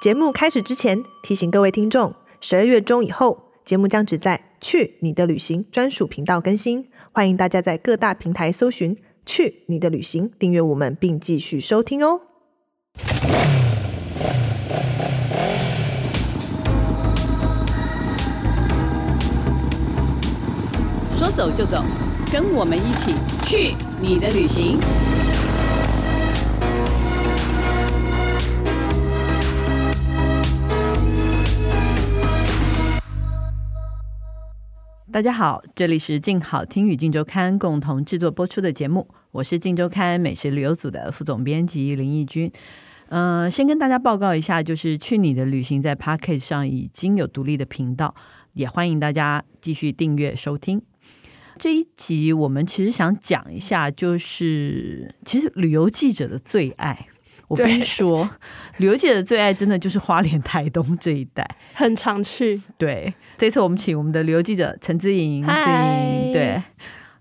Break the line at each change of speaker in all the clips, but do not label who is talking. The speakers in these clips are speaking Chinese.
节目开始之前，提醒各位听众，十二月中以后，节目将只在“去你的旅行”专属频道更新，欢迎大家在各大平台搜寻“去你的旅行”，订阅我们并继续收听哦。
说走就走，跟我们一起去你的旅行。
大家好，这里是静好听与静周刊共同制作播出的节目，我是静周刊美食旅游组的副总编辑林义君。呃，先跟大家报告一下，就是去你的旅行在 p a c k e t 上已经有独立的频道，也欢迎大家继续订阅收听。这一集我们其实想讲一下，就是其实旅游记者的最爱，我必须说，旅游记者的最爱真的就是花莲、台东这一带。
很常去，
对，这次我们请我们的旅游记者陈志颖，
嗨
志颖对。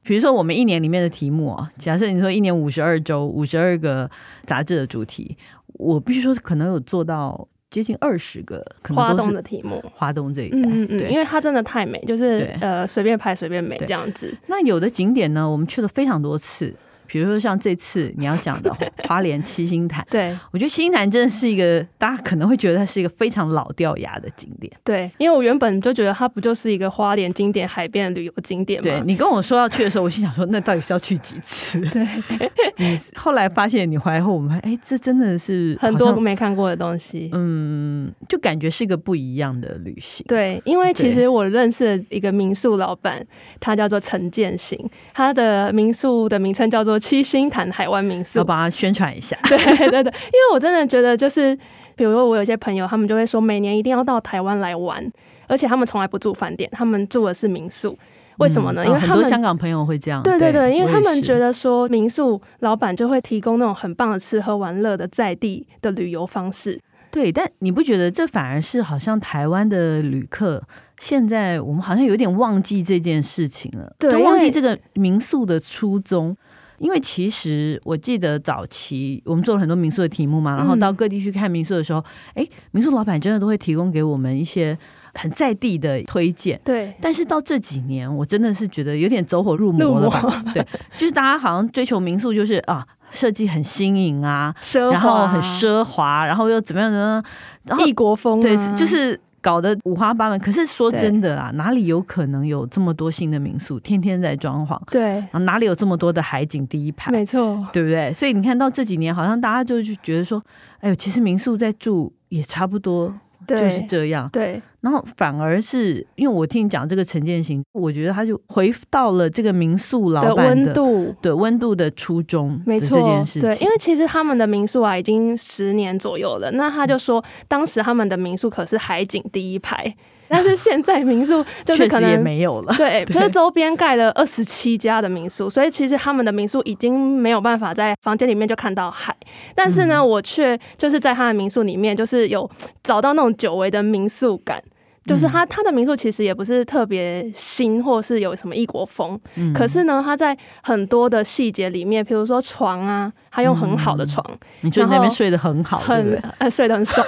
比如说，我们一年里面的题目哦，假设你说一年五十二周、五十二个杂志的主题，我必须说可能有做到接近二十个，可
花
能都
东的
是
题目。
华东这一带。
嗯嗯嗯，因
对，
为它真的太美，就是
对
呃随便拍随便美
对
这样子。
那有的景点呢，我们去了非常多次，比如说像这次你要讲的哦花莲七星潭，
对
我觉得七星潭真的是一个大家可能会觉得它是一个非常老掉牙的景点。
对，因为我原本就觉得它不就是一个花莲经典海边的旅游景点
对
吗？
你跟我说要去的时候，我心想说，那到底是要去几次？
对，
你后来发现你回来后，我们还哎，这真的是
很
好
多
像
没看过的东西。
嗯，就感觉是一个不一样的旅行。
对，因为其
对
实我认识的一个民宿老板，他叫做陈建行，他的民宿的名称叫做七星潭海湾民宿
要。把它宣传一下，
对对对，因为我真的觉得就是，比如说我有些朋友，他们就会说每年一定要到台湾来玩，而且他们从来不住饭店，他们住的是民宿。为什么呢？
嗯
因为
啊很
他
多
们、
香港朋友会这样，
对对对，因
我也
为他们
是
觉得说民宿老板就会提供那种很棒的吃喝玩乐的在地的旅游方式。
对，但你不觉得这反而是好像台湾的旅客现在我们好像有点忘记这件事情了，
对
就忘
因
记
为
这个民宿的初衷。因为其实我记得早期我们做了很多民宿的题目嘛，然后
嗯
到各地去看民宿的时候，哎、民宿老板真的都会提供给我们一些很在地的推荐。
对
但是到这几年，我真的是觉得有点走火入魔了
入
吧？对，就是大家好像追求民宿，就是啊，设计很新颖啊，
奢华，
然后很，奢华，然后又怎么样呢？然后
异国风、啊，
对，就是搞得五花八门。可是说真的啦，哪里有可能有这么多新的民宿，天天在装潢，
对，
然后哪里有这么多的海景第一排？
没错，
对不对？所以你看到这几年，好像大家就就觉得说，哎呦，其实民宿在住也差不多
对，
就是这样。
对
然后反而是因为我听你讲这个陈建行，我觉得他就回到了这个民宿老
的
板
温
的
度。
对温度嗯的初衷，
没错
这件事情，
对，因为其实他们的民宿啊已经十年左右了。那他就说，当时他们的民宿可是海景第一排，但是现在民宿就是
确
可
实也
能
没有了。
对，
对
就是周边盖了二十七家的民宿，所以其实他们的民宿已经没有办法在房间里面就看到海，但是呢，我却就是在他的民宿里面，就是有找到那种久违的民宿感。就是他他的民宿其实也不是特别新，或是有什么异国风，
嗯
可是呢，他在很多的细节里面，比如说床啊，他用很好的床，
你说你那
然
边
后
睡得很好，对不
很
对？
呃睡得 很爽，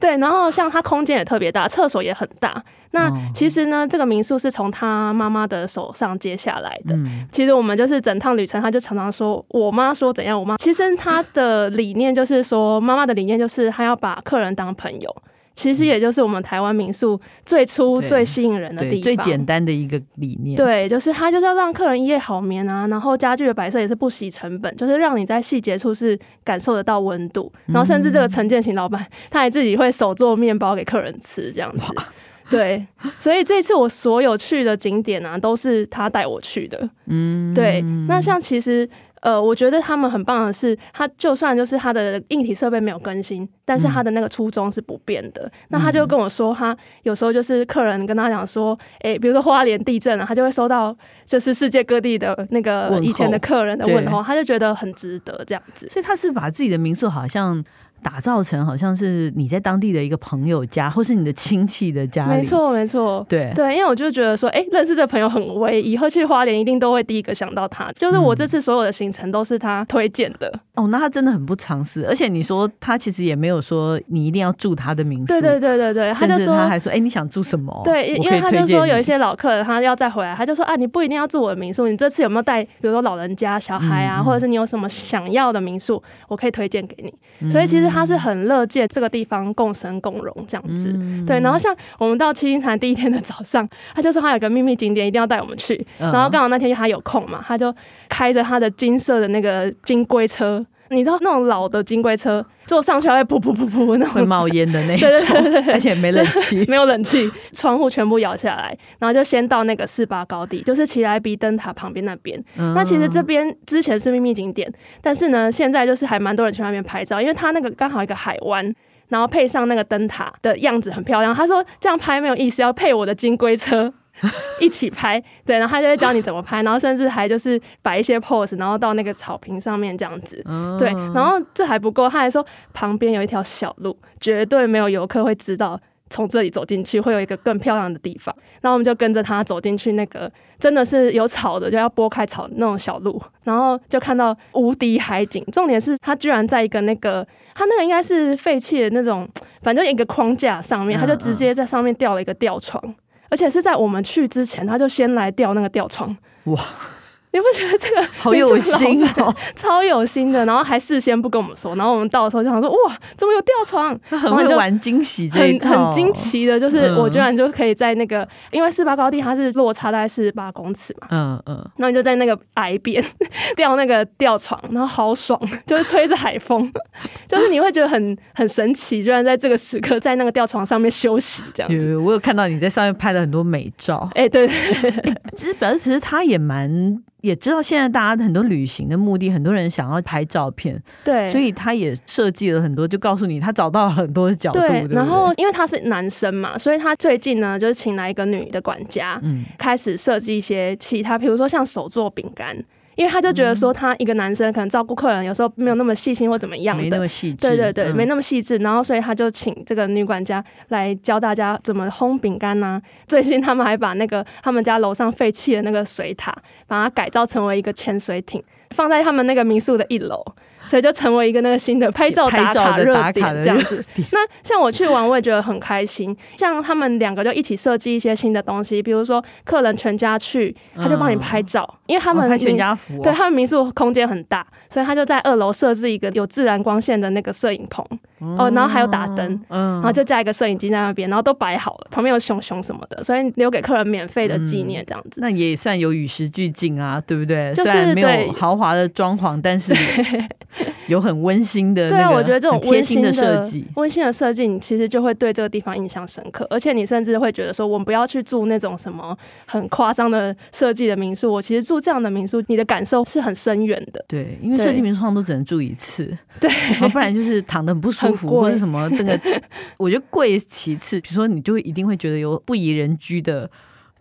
对，然后像它空间也特别大，厕所也很大。那
哦
其实呢，这个民宿是从他妈妈的手上接下来的。
嗯，
其实我们就是整趟旅程，他就常常说我妈说怎样，我妈。其实他的理念就是说，妈妈的理念就是他要把客人当朋友。其实也就是我们台湾民宿最初
嗯对
最吸引人的地
对，
方，
最简单的一个理念，
对，就是它就是要让客人一夜好眠啊，然后家具的摆设也是不惜成本，就是让你在细节处是感受得到温度，然后甚至这个陈建群老板他还自己会手做面包给客人吃这样子。对，所以这次我所有去的景点啊，都是他带我去的。
嗯，
对，那像其实呃，我觉得他们很棒的是，他就算就是他的硬体设备没有更新，但是他的那个初衷是不变的。那他就跟我说，他有时候就是客人跟他讲说，诶、比如说花莲地震啊，他就会收到就是世界各地的那个
问
以前
候
的客人的
对
问候，他就觉得很值得这样子。
所以他是把自己的民宿好像打造成好像是你在当地的一个朋友家，或是你的亲戚的家里。
没，错，没错。
对
对，因为我就觉得说，哎、认识这朋友很威，以后去花莲一定都会第一个想到他。就是我
嗯
这次所有的行程都是他推荐的，
哦，那他真的很不藏私，而且你说他其实也没有说你一定要住他的民宿，
对对对对对，他
甚
就
至
说
他还说，哎、你想住什么？
对，因
我
因
可
为
以
他
推
就
荐
说有
你
一些老客人，他要再回来，他就说啊，你不一定要住我的民宿，你这次有没有带，比如说老人家、小孩
嗯
啊，
嗯
或者是你有什么想要的民宿，我可以推荐给你。所以其实
嗯
他是很乐见这个地方共生共荣这样子。
嗯
对，然后像我们到七星潭第一天的早上，他就说他有个秘密景点一定要带我们去，
嗯
然后刚好那天他有空嘛，他就开着他的金色的那个金龟车，你知道那种老的金龟车坐上去还会噗噗噗噗那 种
会冒烟的那一种，
对对对对 对
而且没冷气。
没有冷气，窗户全部摇下来，然后就先到那个四八高地，就是奇莱比灯塔旁边那边。
嗯
那其实这边之前是秘密景点，但是呢，现在就是还蛮多人去那边拍照，因为它那个刚好一个海湾。然后配上那个灯塔的样子很漂亮，他说这样拍没有意思，要配我的金龟车一起拍。对，然后他就会教你怎么拍，然后甚至还就是摆一些 pose，然后到那个草坪上面这样子。
嗯
对，然后这还不够，他还说旁边有一条小路，绝对没有游客会知道。从这里走进去会有一个更漂亮的地方，然后我们就跟着他走进去那个真的是有草的，就要拨开草那种小路，然后就看到无敌海景。重点是他居然在一个那个他那个应该是废弃的那种，反正一个框架上
嗯
面，他就直接在上面吊了一个吊床，而且是在我们去之前他就先来吊那个吊床。
嗯哇，
你不觉得这个
好有
民宿老板
心 哦，
超有心的，然后还事先不跟我们说，然后我们到的时候就想说，哇，怎么有吊床？
他
然
很
后
会
就
玩惊喜这一
很
套，哦
很惊。奇的，就是
嗯
我居然就可以在那个，因为四八高地它是落差大概四十八公尺嘛，
嗯嗯，
然后你就在那个崖边吊那个吊床，然后好爽，就是吹着海风， 就是你会觉得很很神奇，居然在这个时刻在那个吊床上面休息这样子。
有我有看到你在上面拍了很多美照。
哎、对，
其实，表示其实他也蛮也知道现在大家很多旅行的目的，很多人想要拍照片，
对，
所以他也设计了很多，就告诉你他找到了很多的角度。对不对，
然后因为他是男生嘛，所以他最近呢就是请来一个女的管家，
嗯
开始设计一些其他，比如说像手做饼干，因为他就觉得说
嗯
他一个男生可能照顾客人有时候没有那么细心或怎么样
没那
的。
么细致，
对对对，
嗯
没那么细致，然后所以他就请这个女管家来教大家怎么烘饼干呐、 最近他们还把那个他们家楼上废弃的那个水塔，把它改造成为一个潜水艇，放在他们那个民宿的一楼， 所以就成为一个那个新的拍照
拍
打
照
卡
的
热
打卡
点
的
这样
热
子。
点。
那像我去玩，我也觉得很开心。像他们两个就一起设计一些新的东西，比如说客人全家去，他就帮你拍照，因为他们
嗯哦拍全
民
家福哦，
对他们民宿空间很大，所以他就在二楼设置一个有自然光线的那个摄影棚，哦，然后还有打灯。
嗯，
然后就架一个摄影机在那边，然后都摆好了，旁边有熊熊什么的，所以留给客人免费的纪念这样子。
那也算有与时俱进啊，对不对？
就是
虽然没有
对
豪华的装潢，但是有很温馨的、那个
对啊，我觉得这种
很贴
温馨
心的设计。
温馨的设计，你其实就会对这个地方印象深刻，而且你甚至会觉得说，我们不要去住那种什么很夸张的设计的民宿，我其实住这样的民宿，你的感受是很深远的。
对，因为
对
设计名创都只能住一次，
对，
然后不然就是躺得很不舒服，
很贵
或者什么那个， 我觉得贵其次。比如说，你就一定会觉得有不宜人居的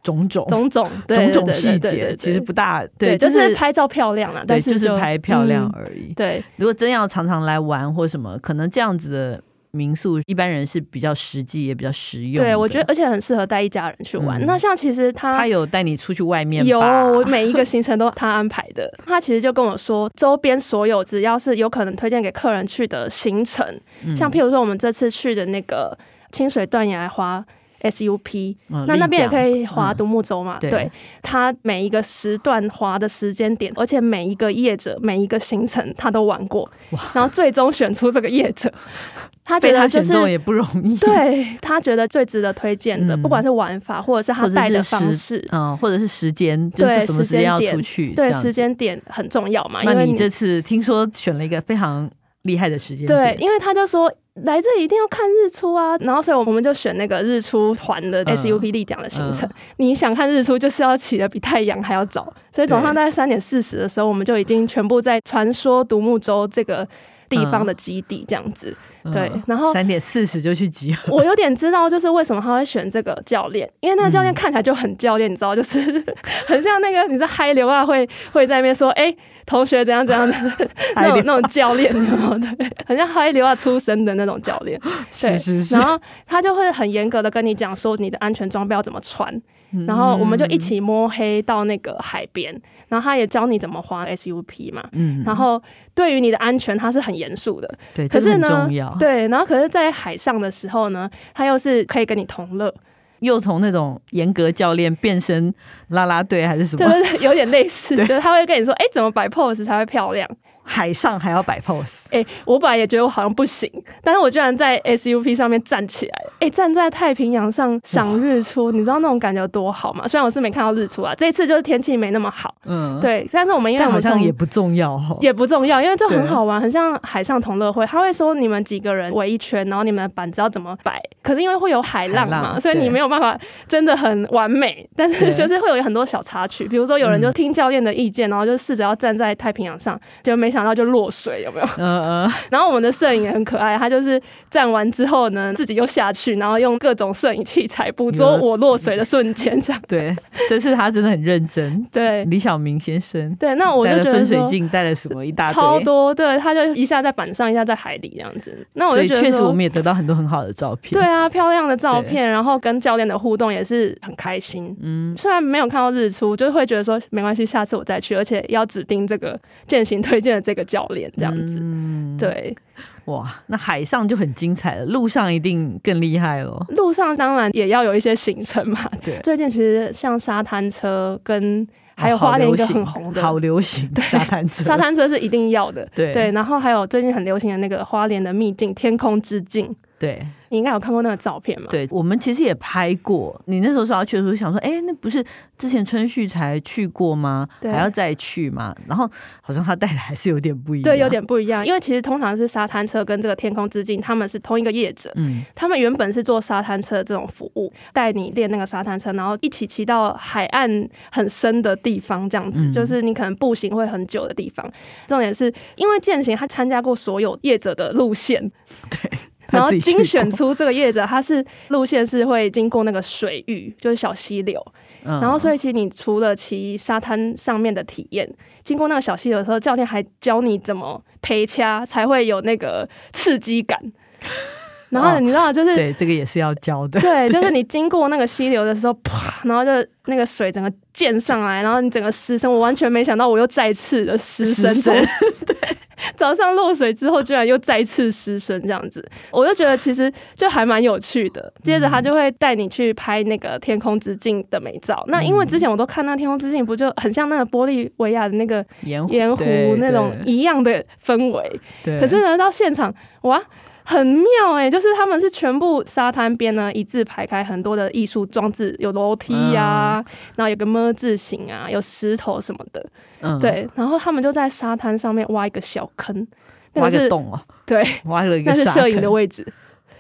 种种
种种对
种
对
种
对
细
对对对
节，
对
其实不大
对，
就
就是
是
拍照漂亮啦，
对，
但
就是
就
拍漂亮
嗯
而已。
对
如果真要常常来玩或什么，可能这样子的民宿一般人是比较实际也比较实用的。
对，我觉得而且很适合带一家人去玩。
嗯
那像其实
他有带你出去外面吧
有，我每一个行程都他安排的。他其实就跟我说，周边所有只要是有可能推荐给客人去的行程，
嗯
像譬如说我们这次去的那个清水断崖滑 SUP，
嗯
那那边也可
以
以滑独木舟嘛。
对
对，它每一个时段滑的时间点，而且每一个业者、每一个行程他都玩过，然后最终选出这个业 者，他觉
被他
得就
选
是
中也不容易。，
对他觉得最值得推荐的，
嗯
不管是玩法或者是他
或者
带
是
的
时
方式。
嗯，或者是时间，就是
对
什么时间要
时间
出
点
去，
对
这样子
时。间点很重要嘛，啊因
那
为
你这次听说选了一个非常厉害的时间
对
点，，
因为他就说来这里一定要看日出啊，然后所以我们就选那个日出环的
嗯
SUP 立桨的行程。
嗯
你想看日出，就是要起得比太阳还要早，所以早上
对
大概三点四十的时候，我们就已经全部在传说独木舟这个地
嗯
方 的基地这样子。对，然后
三点四十就去集合，
我有点知道，就是为什么他会选这个教练，因为那个
嗯
教练看起来就很教练，你知道，就是 很像那个你在嗨流啊，会会在那边说，哎、同学怎样怎样的那种那种教 练，你知道吗？对，很像嗨流啊出身的那种教练。对，
是
然后他就会很严格的跟你讲说你的安全装备要怎么穿，
嗯
然后我们就一起摸黑到那个海边，然后他也教你怎么滑 SUP 嘛。
嗯，
然后对于你的安全，他是很严肃的，
对，
可
这个
是
很
呢，
重要，，
对，然后可是，在海上的时候呢，他又是可以跟你同乐，
又从那种严格教练变身啦啦队还是什
对
么，
对对，有点类似，就是他会跟你说，哎、怎么摆 pose 才会漂亮？
海上还要摆 pose，
哎、我本来也觉得我好像不行，但是我居然在 SUP 上面站起来，哎、站在太平洋上赏日出，你知道那种感觉有多好吗？虽然我是没看到日出啊，这一次就是天气没那么好，
嗯，，
对，但是我们因为
但
我
好
们
像
从
也不重要哦哈，
也不重要，因为就很
对
好玩，很像海上同乐会。他会说你们几个人围一圈，然后你们的板子要怎么摆。可是因为会有海浪嘛，
海浪
所以你
对
没有办法真的很完美，但
对嗯
是就是会有很多小插曲。比如说有人就听教练的意见，然后就试着要站在太平洋上，结果没想到就落水，有没有？
嗯嗯，
然后我们的摄影也很可爱，他就是站完之后呢，自己又下去，然后用各种摄影器材捕捉
有
我落水的瞬间，这样
对，这次他真的很认真，
对。
李小明先生。
对，那我就
带了
觉得
分水
说，
镜，带了什么一大堆，
超多，对，他就一下在板上，一下在海里这样子。那我
所
就
以
觉得
确实
说
我们也得到很多很好的照片。
对啊，漂亮的照片，然后跟教练的互动也是很开心。嗯，虽然没有看到日出，就会觉得说没关系，下次我再去，而且要指定这个践行推荐的这个教练这样子。
嗯
对，
哇，那海上就很精彩了，路上一定更厉害了。
路上当然也要有一些行程嘛。
对
最近其实像沙滩车跟还有
哦好
花莲一
流
个
行
很红的
好流行沙滩车，
沙滩车是一定要的。
对
对，然后还有最近很流行的那个花莲的秘境天空之境，
对
你应该有看过那个照片嘛？
对，我们其实也拍过。你那时候说要去的时候，想说，哎、那不是之前春旭才去过吗？
对
还要再去吗？然后好像他带的还是有点不一样，
对，有点不一样，因为其实通常是沙滩车跟这个天空之境，他们是同一个业者，
嗯，
他们原本是做沙滩车这种服务，带你练那个沙滩车，然后一起骑到海岸很深的地方，这样子，
嗯
就是你可能步行会很久的地方。重点是因为践行，他参加过所有业者的 路线， 然
他
后
自己去
精
过
选，出这个业者，它是路线是会经过那个水域，就是小溪流，
嗯
然后，所以其实你除了骑沙滩上面的体验，经过那个小溪流的时候，教练还教你怎么陪掐，才会有那个刺激感。然后你知道，就是、
对这个也是要教的，
对，就是你经过那个溪流的时候，啪，然后就那个水整个溅上来，然后你整个失声。我完全没想到，我又再次的失声。
失声
从 早上落水之后，居然又再次失声，这样子，我就觉得其实就还蛮有趣的。接着他就会带你去拍那个天空之镜的美
嗯
照。那因为之前我都看那天空之镜，不就很像那个玻利维亚的那个
盐湖
盐湖
哦对
那种
对
一样的氛围，
对
可是呢，到现场哇，很妙哎、就是他们是全部沙滩边呢一字排开很多的艺术装置，有楼梯呀、然后有个么字形啊，有石头什么的，
嗯，
对，然后他们就在沙滩上面挖一个小坑，那
挖
个
个
是
洞哦，
对，
挖了一
那
个
是
沙
摄影的
坑
位置，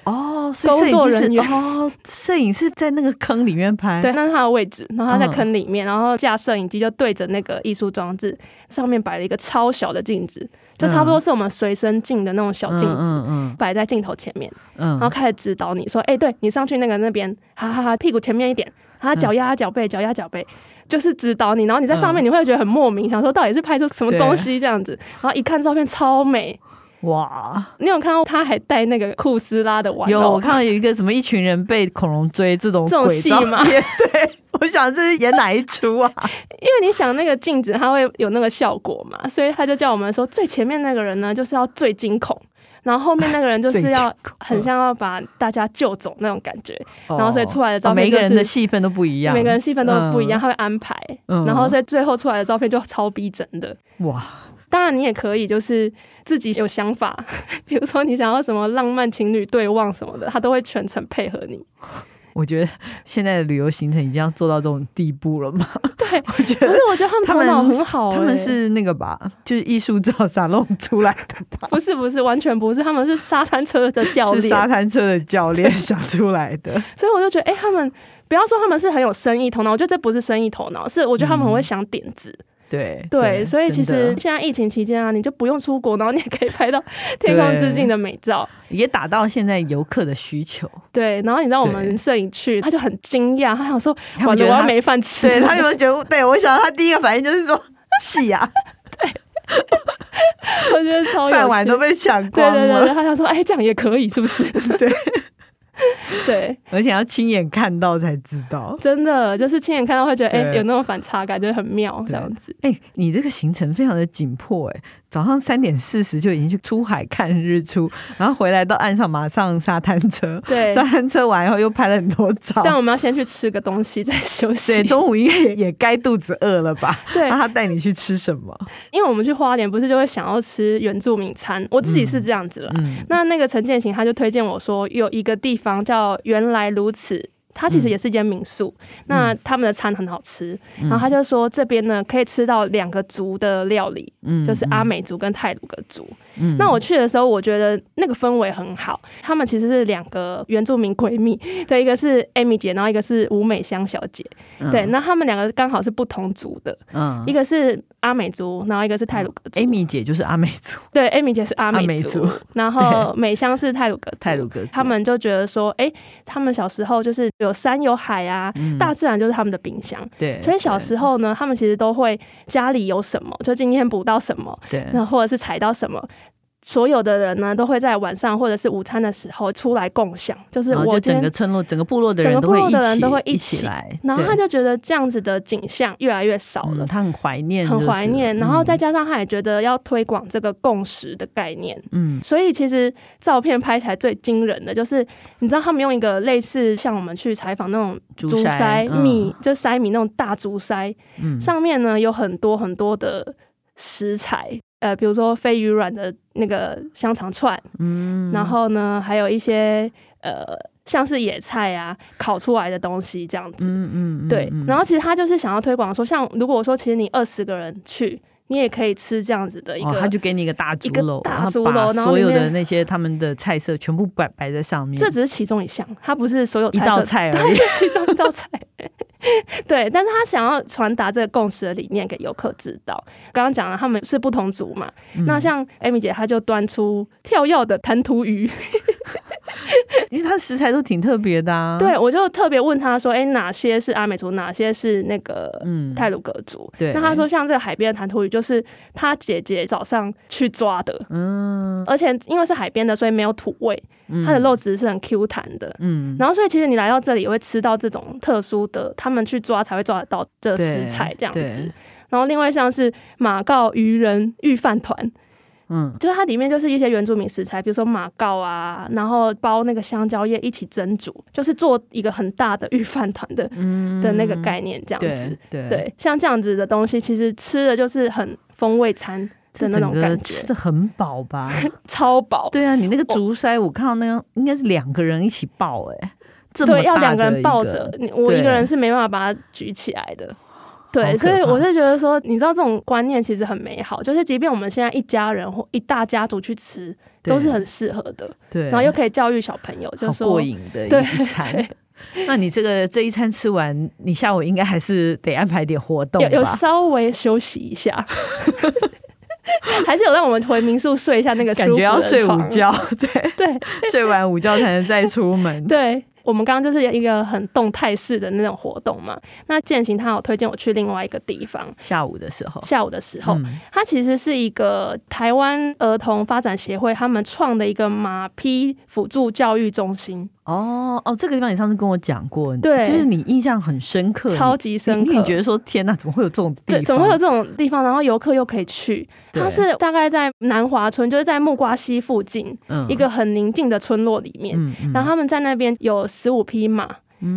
哦，所以摄影
工作
机是
人员
哦，摄影是在那个坑里面拍，
对，那是他的位置，然后他在
嗯
坑里面，然后架摄影机就对着那个艺术装置，上面摆了一个超小的镜子，就差不多是我们随身镜的那种小
嗯，
镜子。
嗯
摆在镜头前面，
嗯
然后
嗯，
开始指导你说：“哎、对你上去那个那边，哈哈哈，屁股前面一点，
嗯
啊，脚压脚背，脚压脚背，就是指导你。然后你在上面你会觉得很莫名，想说到底是拍出什么
啊
东西这样子。然后一看照片超美，
哇，
你有看到他还带那个库斯拉的玩
有
偶
我看到有一个什么一群人被恐龙追这种
这种
鬼
戏
照
吗
片对， 我想这是演哪一出啊？
因为你想那个镜子它会有那个效果嘛，所以他就叫我们说最前面那个人呢就是要最惊恐。然后后面那个人就
最
是
惊
要
恐
很像要把大家救走那种感觉，
然
后所以出来的照片
哦每一个
就是
人的戏份都不一样，
每个人戏份都不一样，
嗯
他会安排，
嗯
然后在最后出来的照片就超逼真的。
哇，
当然，你也可以就是自己有想法， 比如说你想要什么浪漫情侣对望什么的，他都会全程配合你。
我觉得现在的旅游行程已经要做到这种地步了吗？
对，
我觉
可
得
是我觉得他们
他
头
们
脑很好、欸，
他们是那个吧，就是艺术照沙龙出来的吧，
不是不是完全不是？他们是沙滩车的 教
是
练，
沙滩车的教练想出来 的，
所以我就觉得，哎、他们不要说他们是很有生意头脑，我觉得这不是生意头脑，是我觉得他们很会想点子。
对
对，所以其
真
实
的
现在疫情期间啊，你就不用出国，然后你也可以拍到 天空之境的美照。
也达到现在游客的需求。
对，然后你知道我们
对
摄影去，他就很惊讶，他想说：“
他
完
们觉
了，我
得
要
他
没饭吃。
对他有没有觉得？对我想到他第一个反应就是说戏
啊
呀、
我觉得超
啊，
有
饭碗
趣
都被抢
对
光
对对
了，
对，他想说：“哎，这样也可以，是 不是？”
对
对，
而且要亲眼看到才知道。
真的就是亲眼看到会觉得，哎，
对
有那种反差感，觉得很妙这样子。
哎、你这个行程非常的紧迫哎、早上三点四十就已经去出海看日出，然后回来到岸上马上沙滩车，
对，
沙滩车完以后又拍了很多照。
但我们要先去吃个东西 再休息。
对，中午啊应该也也该肚子饿了吧？
对
那他带你去吃什么？
因为我们去花莲不是就会想要吃原住民餐，我自己是这样子啦。
嗯，
那那个陈建行他就推荐我说，有一个地方叫原来如此。它其实也是一间民宿，
嗯
那他们的餐很好吃，然后他就说这边呢可以吃到两个族的料理，
嗯
就是阿美族跟泰鲁格族。
嗯
那我去的时候，我觉得那个氛围很好。他们其实是两个原住民闺蜜， 对，一个是 Amy 姐，然后一个是吴美香小姐，对，那他们两个刚好是不同族的，
嗯
一个是阿美族，然后一个是泰鲁格族。
，Amy 姐就是阿美族，
对，Amy 姐是阿
阿
美
美
族，
族
然 后美香是泰鲁格族。
泰鲁格族，
他们就觉得说，哎、他们小时候就是有山有海啊，
嗯哎
大自然就是他们的冰箱。
对，
所以小时候呢，他们其实都会家里有什么，就今天捕到什么，
对，
那或者是采到什么。所有的人呢，都会在晚上或者是午餐的时候出来共享，就是
然后
我
就
今
整个
天。
村落、整个部落的
整
人
个
都
部
会
落
一
的人
起
都会一
一
起
来，
然后
对
他就觉得这样子的景象越来越少了
嗯，他很嗯怀念，
很怀念。然后再
在
加上他也觉得要推广这个共识的概念，
嗯
所以其实照片拍起来最惊人的就是，你知道他们用一个类似像我们去采访那种
竹
竹
筛
筛
嗯
米，就筛米那种大竹筛，
嗯
上面呢有很多很多的食材，呃，比如说飞鱼卵的那个香肠串，
嗯
然后呢还有一些呃像是野菜啊烤出来的东西这样子。
嗯嗯
对，然
后
后其实他就是想要推广说，像如果说其实你二十个人去，你也可以吃这样子的一个，
哦，他就给你一个大竹
一个
篓，
大
然后
竹
把
篓然后
所
里
有的
面
那些他们的菜色全部摆摆在上面，
这只是其中一项，它不是所有
一
菜
道
色
菜而已。
其中一道菜。对，但是他想要传达这个共识的理念给游客知道。刚刚讲了，他们是不同族嘛，
嗯
那像 Amy 姐，她就端出跳药的弹涂鱼，
因为它食材都挺特别的啊。
对我就特别问她说，哎、哪些是阿美族，哪些是那个
嗯
泰鲁格族？
对
那她说，像这个海边的弹涂鱼，就是她姐姐早上去抓的，
嗯
而且因为是海边的，所以没有土味，它的肉质是很 Q 弹的。
嗯，
然后，所以其实你来到这里也会吃到这种特殊的，他们去抓才会抓得到的
对
食材这样子
对。
然后另外像是马告渔人御饭团，
嗯
就是它里面就是一些原住民食材，比如说马告啊，然后包那个香蕉叶一起蒸煮，就是做一个很大的御饭团的
嗯
的那个概念这样子
对。对，
对，像这样子的东西，其实吃的就是很风味餐
这
的那
整
种
个
感
吃
觉，哦
的很饱 吧？
超饱。
对啊，你那个竹筛，我看到那个应该是两个人一起抱哎、这么
对，要
大
两个
的
人
一
抱
个
着，你我
对
一个人是没办法把它举起来的。
好
对，
可
所以
怕
我是觉得说，你知道这种观念其实很美好，就是即便我们现在一家人或一大家族去吃，
对
都是很适合的，
对，
然后又可以教育小朋友，就
好
说
过瘾的
对
一餐。 那你这个这一餐吃完，你下午应该还是得安排点活动
有有
吧？
稍微休息一下， 还是有让我们回民宿睡一下那个
感
舒服
觉要
的
睡午
床。
觉，对，
对
睡完午觉才能再出 门。
对。我们刚刚就是一个很动态式的那种活动嘛，那践行他有推荐我去另外一个地方，
下午的时候，
下午的时候，
嗯
它其实是一个台湾儿童发展协会他们创的一个马匹辅助教育中心，
哦哦，这个地方你上次跟我讲过，
对
就是你印象很深刻，
超级深
你你
刻
你。觉得说天哪，怎么会有这种地
对，
方？嗯
怎么会有这种地方？然后游客又可以去，
对
它是大概在南华村，就是在木瓜溪附近、
嗯
一个很宁静的村落里面。
嗯嗯
然后他们在那边有十五匹马，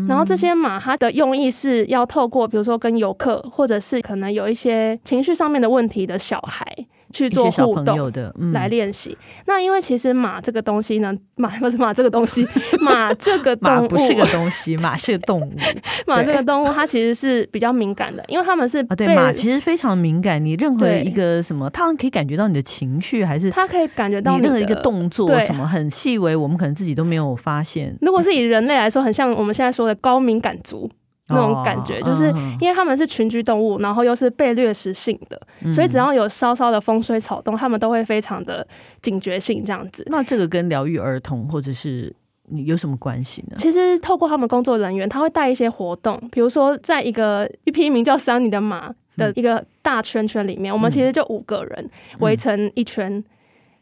然后这些马它的用意是要透过，比如说跟游客，或者是可能有一些情绪上面的问题的小孩去
一
做
些小
互
朋
动。
友的嗯
来练习。那因为其实马这个东西呢， 马不是马这个东西， 马这个动
马
物，
不是个东西，马是个动物
马这个动物，它其实是比较敏感的，因为他们是
啊。
被
对，马其实非常敏感，你任何
对
一个什么，它好像可以感觉到你的情绪，还是
它可以感觉到
你任何
的
一个。动作
对
什么很细微，我们可能自己都没有发现。嗯
如果是以人类来说，很像我们现在说的高敏感族，那种感觉，
哦
就是
嗯
因为它们是群居动物，然后又是被掠食性的，
嗯
所以只要有稍稍的风吹草动，它们都会非常的警觉性这样子。
那这个跟疗愈儿童或者是你有什么关系呢？
其实透过他们工作人员，他会带一些活动，比如说在一个一匹名叫桑尼的马
嗯
的一个大圈圈里面，我们其实就五个人围成一圈，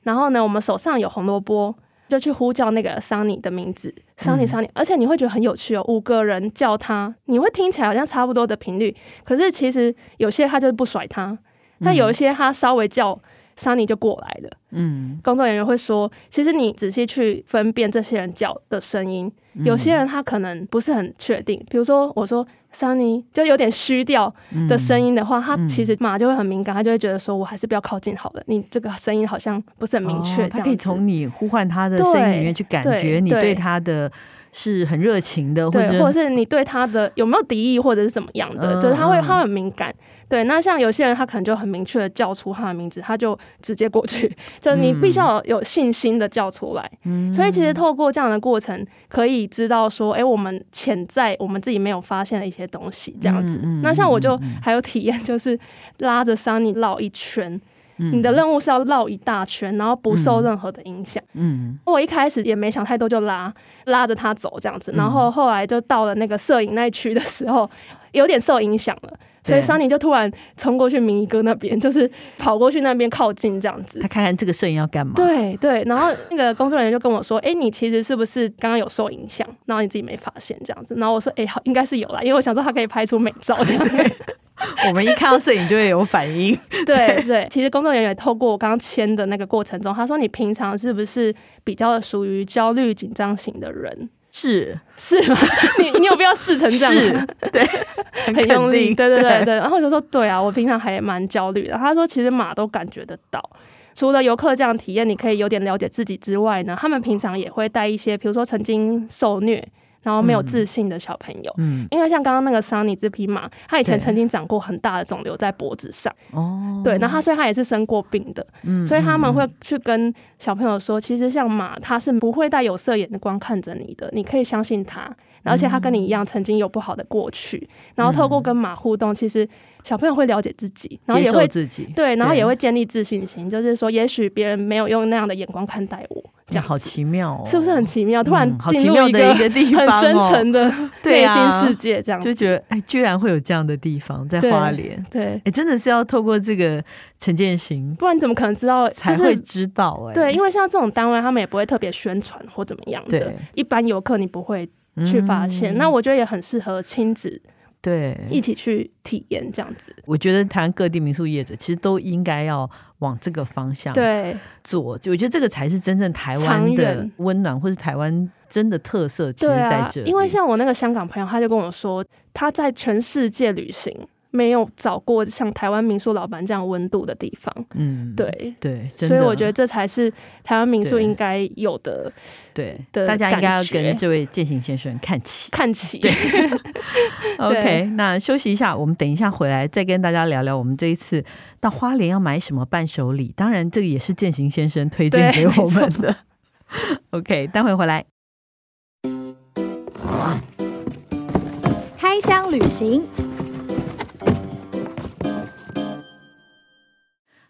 然后呢，我们手上有红萝卜。就去呼叫那个桑尼的名字，桑
嗯
尼桑尼，而且你会觉得很有趣哦。五个人叫他，你会听起来好像差不多的频率，可是其实有些他就是不甩他，那有一些他稍微叫桑尼就过来了。
嗯，
工作人员会说，其实你仔细去分辨这些人叫的声音，嗯有
嗯
些人他可能不是很确定。比如说，我说 “Sunny”，就有点虚掉
嗯
的声音的话，他其实马就会很敏感，他就会觉得说我还是不要靠近好了，你这个声音好像不是很明确。
哦
这
他
样
可以
子。
从你呼唤他的声音里面去感觉
对
你对
对
他的是很热情的，或
对，或者
者
是你对他的有没有敌意，或者是怎么样的，
嗯
就是他会
嗯
他会很敏感。对，那像有些人他可能就很明确的叫出他的名字，他就直接过去，就是你
嗯
必须要有信心的叫出来。所以其实透过这样的过程，可以知道说，哎、我们潜在我们自己没有发现的一些东西，这样子。
嗯嗯
那像我就
嗯嗯
还有体验，就是拉着桑尼绕一圈。
嗯
你的任务是要绕一大圈，然后不受任何的影响。
嗯
我一开始也没想太多，就拉拉着他走这样子，然后后来就到了那个摄影那一区的时候，有点受影响了。所以
对
桑尼就突然冲过去明一哥那边，就是跑过去那边靠近这样子
他。看看这个摄影要干嘛？
对对，然后那个工作人员就跟我说：“哎、你其实是不是刚刚有受影响？然后你自己没发现这样子？”然后我说：“哎、好，应该是有啦，因为我想说他可以拍出美照这样子。”
我们一看到摄影就会有反应，
对对，其实工作人员也透过我刚刚签的那个过程中，他说：“你平常是不是比较属于焦虑紧张型的人？”
是
是吗？ 你你有必要试成这样 吗？
很
很
肯
用力，
定，
对对对对。然后我就说，对啊，我平常还蛮焦虑的。他说，其实马都感觉得到。除了游客这样体验，你可以有点了解自己之外呢，他们平常也会带一些，比如说曾经受虐，然后没有自信的小朋友。
嗯
因为像刚刚那个桑尼这匹马，它以前
对
曾经长过很大的肿瘤在脖子上，
哦，
对，那它所以它也是生过病的，
嗯
所以他们会去跟小朋友说，其实像马，它是不会带有色眼光看着你的，你可以相信它。而且它跟你
嗯
一样，曾经有不好的过去，然后透过跟马互动，其实小朋友会了解自己，然后
接
也
受
会
自己，
对，然后
对
也会建立自信心，就是说，也许别人没有用那样的眼光看待我，这
这
样
嗯好奇妙哦，
是不是很奇妙？突然
嗯好
进
奇
入
妙的
个
一个地方
很
哦，
深沉的
对
内
啊
心世界，这样
就觉得哎，居然会有这样的地方在
对
花莲，
对，
哎，真的是要透过这个陈建行
不然你怎么可能知道？就
才
是
会知道哎，
对，因为像这种单位，他们也不会特别宣传或怎么样的
对。
一般游客你不会去发现，那我觉得也很适合亲子
嗯对，
一起去体验这样子。
我觉得台湾各地民宿业者其实都应该要往这个方向
对
做，就我觉得这个才是真正台湾
长
的
远
温暖，或是台湾真的特色，其实
对
在
啊
这，里。
因为像我那个香港朋友，他就跟我说，他在全世界旅行没有找过像台湾民宿老板这样温度的地方。
嗯，
对，
对，真
所
的啊
以我觉得这才是台湾民宿
对
应该有的
对，
的
大家应该要
感觉
跟这位建行先生看齐。
看齐。
OK，那休息一下，我们等一下回来再跟大家聊聊我们这一次到花莲要买什么伴手礼。当然，这个也是建行先生推荐
对
给我们
没
的。OK，待会回来。
开箱旅行，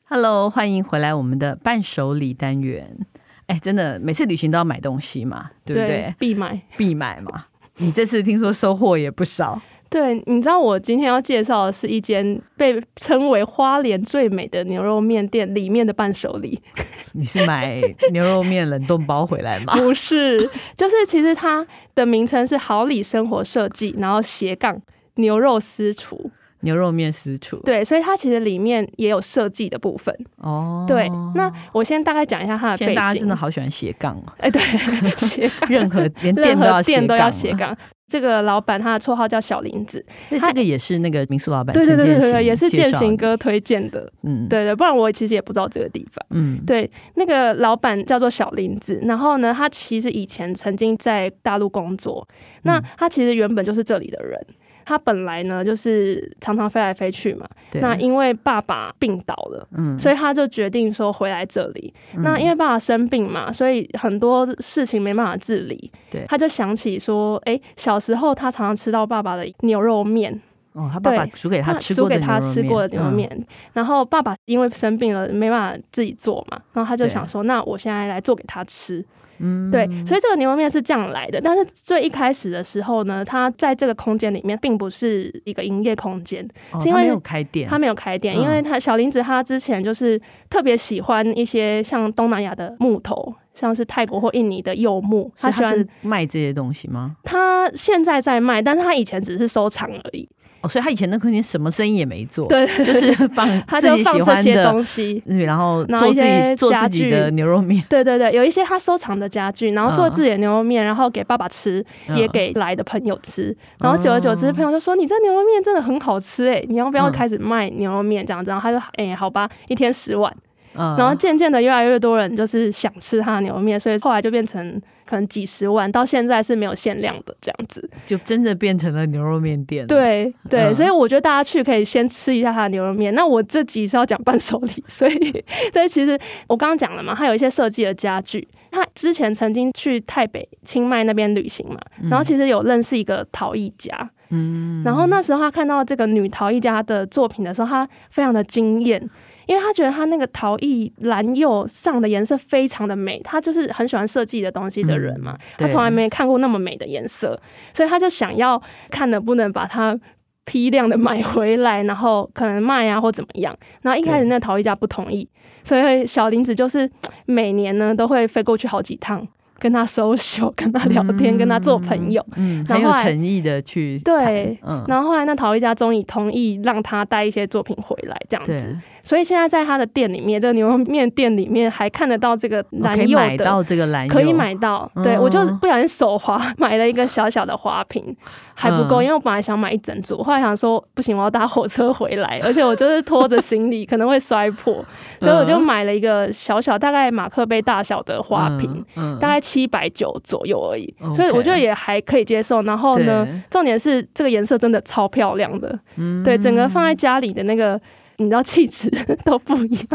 Hello，欢迎回来我们的伴手礼单元。哎，真的，每次旅行都要买东西嘛，对不对？
必买。
必买嘛。你这次听说收获也不少，
对，你知道我今天要介绍的是一间被称为花莲最美的牛肉面店里面的伴手 礼，
你是买牛肉面冷冻包回来吗？
不是，就是其实它的名称是好礼生活设计，然后斜杠牛肉私厨，
牛肉面私厨，
对，所以它其实里面也有设计的部分。
哦，
对，那我先大概讲一下它的
现在
背
大家真
景
的。好喜欢斜杠 哦，
哎，对，斜杠，
任何 连
任
店都
何
要
店
斜
都
杠
要
啊，
斜杠。这个老板他的绰号叫小林子，
那这个也是那个民宿老板
对
陈
对对对
建
对对，
行
也是
介
建
绍
行
的，
哥推荐的。
嗯，，
对对，不然我其实也不知道这个地方。
嗯，
对，那个老板叫做小林子，然后呢，
嗯
他其实以前曾经在大陆工作，那他其实原本就是这里的人。他本来呢就是常常飞来飞去嘛，
对，
那因为爸爸病倒了。
嗯，
所以他就决定说回来这里。那因为爸爸生病嘛，所以很多事情没办法自理。
对
他就想起说，哎、小时候他常常吃到爸爸的牛肉面，
哦，他爸爸
对
煮给他吃
煮
过的
给
牛
他吃过的牛肉
嗯
面。然后爸爸因为生病了，没办法自己做嘛，然后他就
对
想说，那我现在来做给他吃。
嗯，
对，所以这个牛肉面是这样来的。但是最一开始的时候呢，它在这个空间里面并不是一个营业空间，
哦
是因
他没
为
有开店，
它没有开店，
嗯
因为它小林子他之前就是特别喜欢一些像东南亚的木头，像是泰国或印尼的柚木，
所
他
以
喜
他
欢
是。卖这些东西吗？
他现在在卖，但是他以前只是收藏而已。
哦，所以他以前那空间什么生意也没做，
对，
就是放
他
自
就
己
放
喜
这
欢
些
的
东西。
嗯，然后
然后
做
一
自
些
己做
家
自己的
具
牛肉面，
对对对，有一些他收藏的家具，然后做自己的牛肉面，然后给爸爸吃，也
嗯
给来的朋友吃。然后久而久之，朋友就说：“你这牛肉面真的很好吃诶、你要不要
嗯
开始卖牛肉面这样子？”然后他就：“诶，好吧，一天十碗。”
嗯，
然后渐渐的，越来越多人就是想吃他的牛肉面，所以后来就变成可能几十万，到现在是没有限量的这样子。
就真的变成了牛肉面店，，
对对，
嗯
所以我觉得大家去可以先吃一下他的牛肉面。那我这集是要讲伴手礼， 所以所以其实我刚刚讲了嘛，他有一些设计的家具。他之前曾经去泰北清迈那边旅行嘛，然后其实有认识一个陶艺家，
嗯，
然后那时候他看到这个女陶艺家的作品的时候，他非常的惊艳，因为他觉得他那个陶艺蓝釉上的颜色非常的美，他就是很喜欢设计的东西的人嘛，他
嗯对
从来没看过那么美的颜色，所以他就想要看能不能把它。批量的买回来，然后可能卖啊或怎么样。然后一开始那陶艺家不同意，所以小林子就是每年呢都会飞过去好几趟，跟他 social，跟他聊天，跟他做朋友。
嗯，很
然后
有
后来
诚意的去
对
谈，嗯，
然后后来那陶艺家终于同意让他带一些作品回来，这样
对，哦
子。所以现在在他的店里面，这个牛肉面店里面还看得到这个
我
蓝
哦可以
釉
买
的。
到这个蓝，
可以，买到，对、
嗯
我就不小心手滑 买了一个小小的花瓶，还不够，
嗯
因为我本来想买一整组，后来想说不行，我要搭火车回来，而且我就是拖着行李可能会摔破，所以我就买了一个小小大概马克杯大小的花瓶，
嗯嗯，嗯，
大概七百九左右而已，
OK
所以我觉得也还可以接受。然后呢
对，嗯
重点是这个颜色真的超漂亮的，对，整个放在家里的那个。你知道气质 都不一样，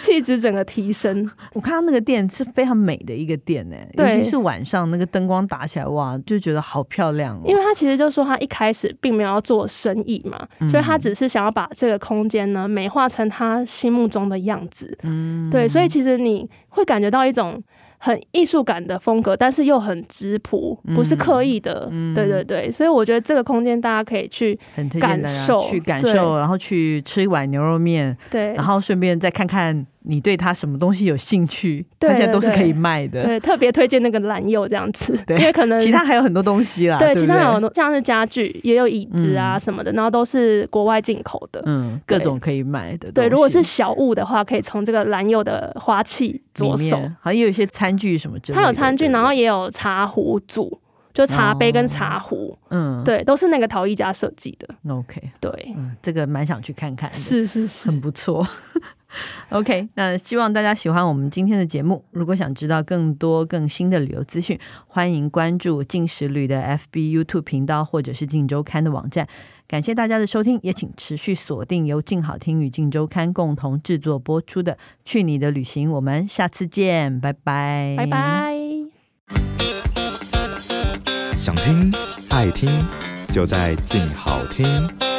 气质整个提升。
我看到那个店是非常美的一个店呢，尤
对
其是晚上那个灯光打起来，哇，就觉得好漂亮哦，
因为他其实就说他一开始并没有要做生意嘛，
嗯
所以他只是想要把这个空间呢美化成他心目中的样子。嗯，对，所以其实你会感觉到一种很艺术感的风格，但是又很质朴，
嗯
不是刻意的。对对对，所以我觉得这个空间大家可以去
很推荐大
感
家
受
去感
对
受，然后去吃一碗牛肉面，
对
然后顺便再看看你对它什么东西有兴趣，它
对
现在都是
对
可以卖的。
对，特别推荐那个蓝釉这样子，
对
因为可能
其他还有很多东西啦，
对
不
其他有像是家具，也有椅子啊什么的，然后都是国外进口的。
嗯，各种可以买的东
对，
西。
如果是小物的话，可以从这个蓝釉的花器
里
着手。
面好像也有一些餐具什么之类的，
它有餐具，
对
然后也有茶壶组，就茶杯跟
哦
茶壶，
嗯，
对，都是那个陶艺家设计的。
，OK，
对，
嗯，这个蛮想去看看的，
是是是。
很不错。OK，那希望大家喜欢我们今天的节目。如果想知道更多更新的旅游资讯，欢迎关注进食旅的 FB、YouTube 频道，或者是静周刊的网站。感谢大家的收听，也请持续锁定由静好听与静周刊共同制作播出的《去你的旅行》。我们下次见，拜拜，
拜拜。
想听爱听，就在静好听。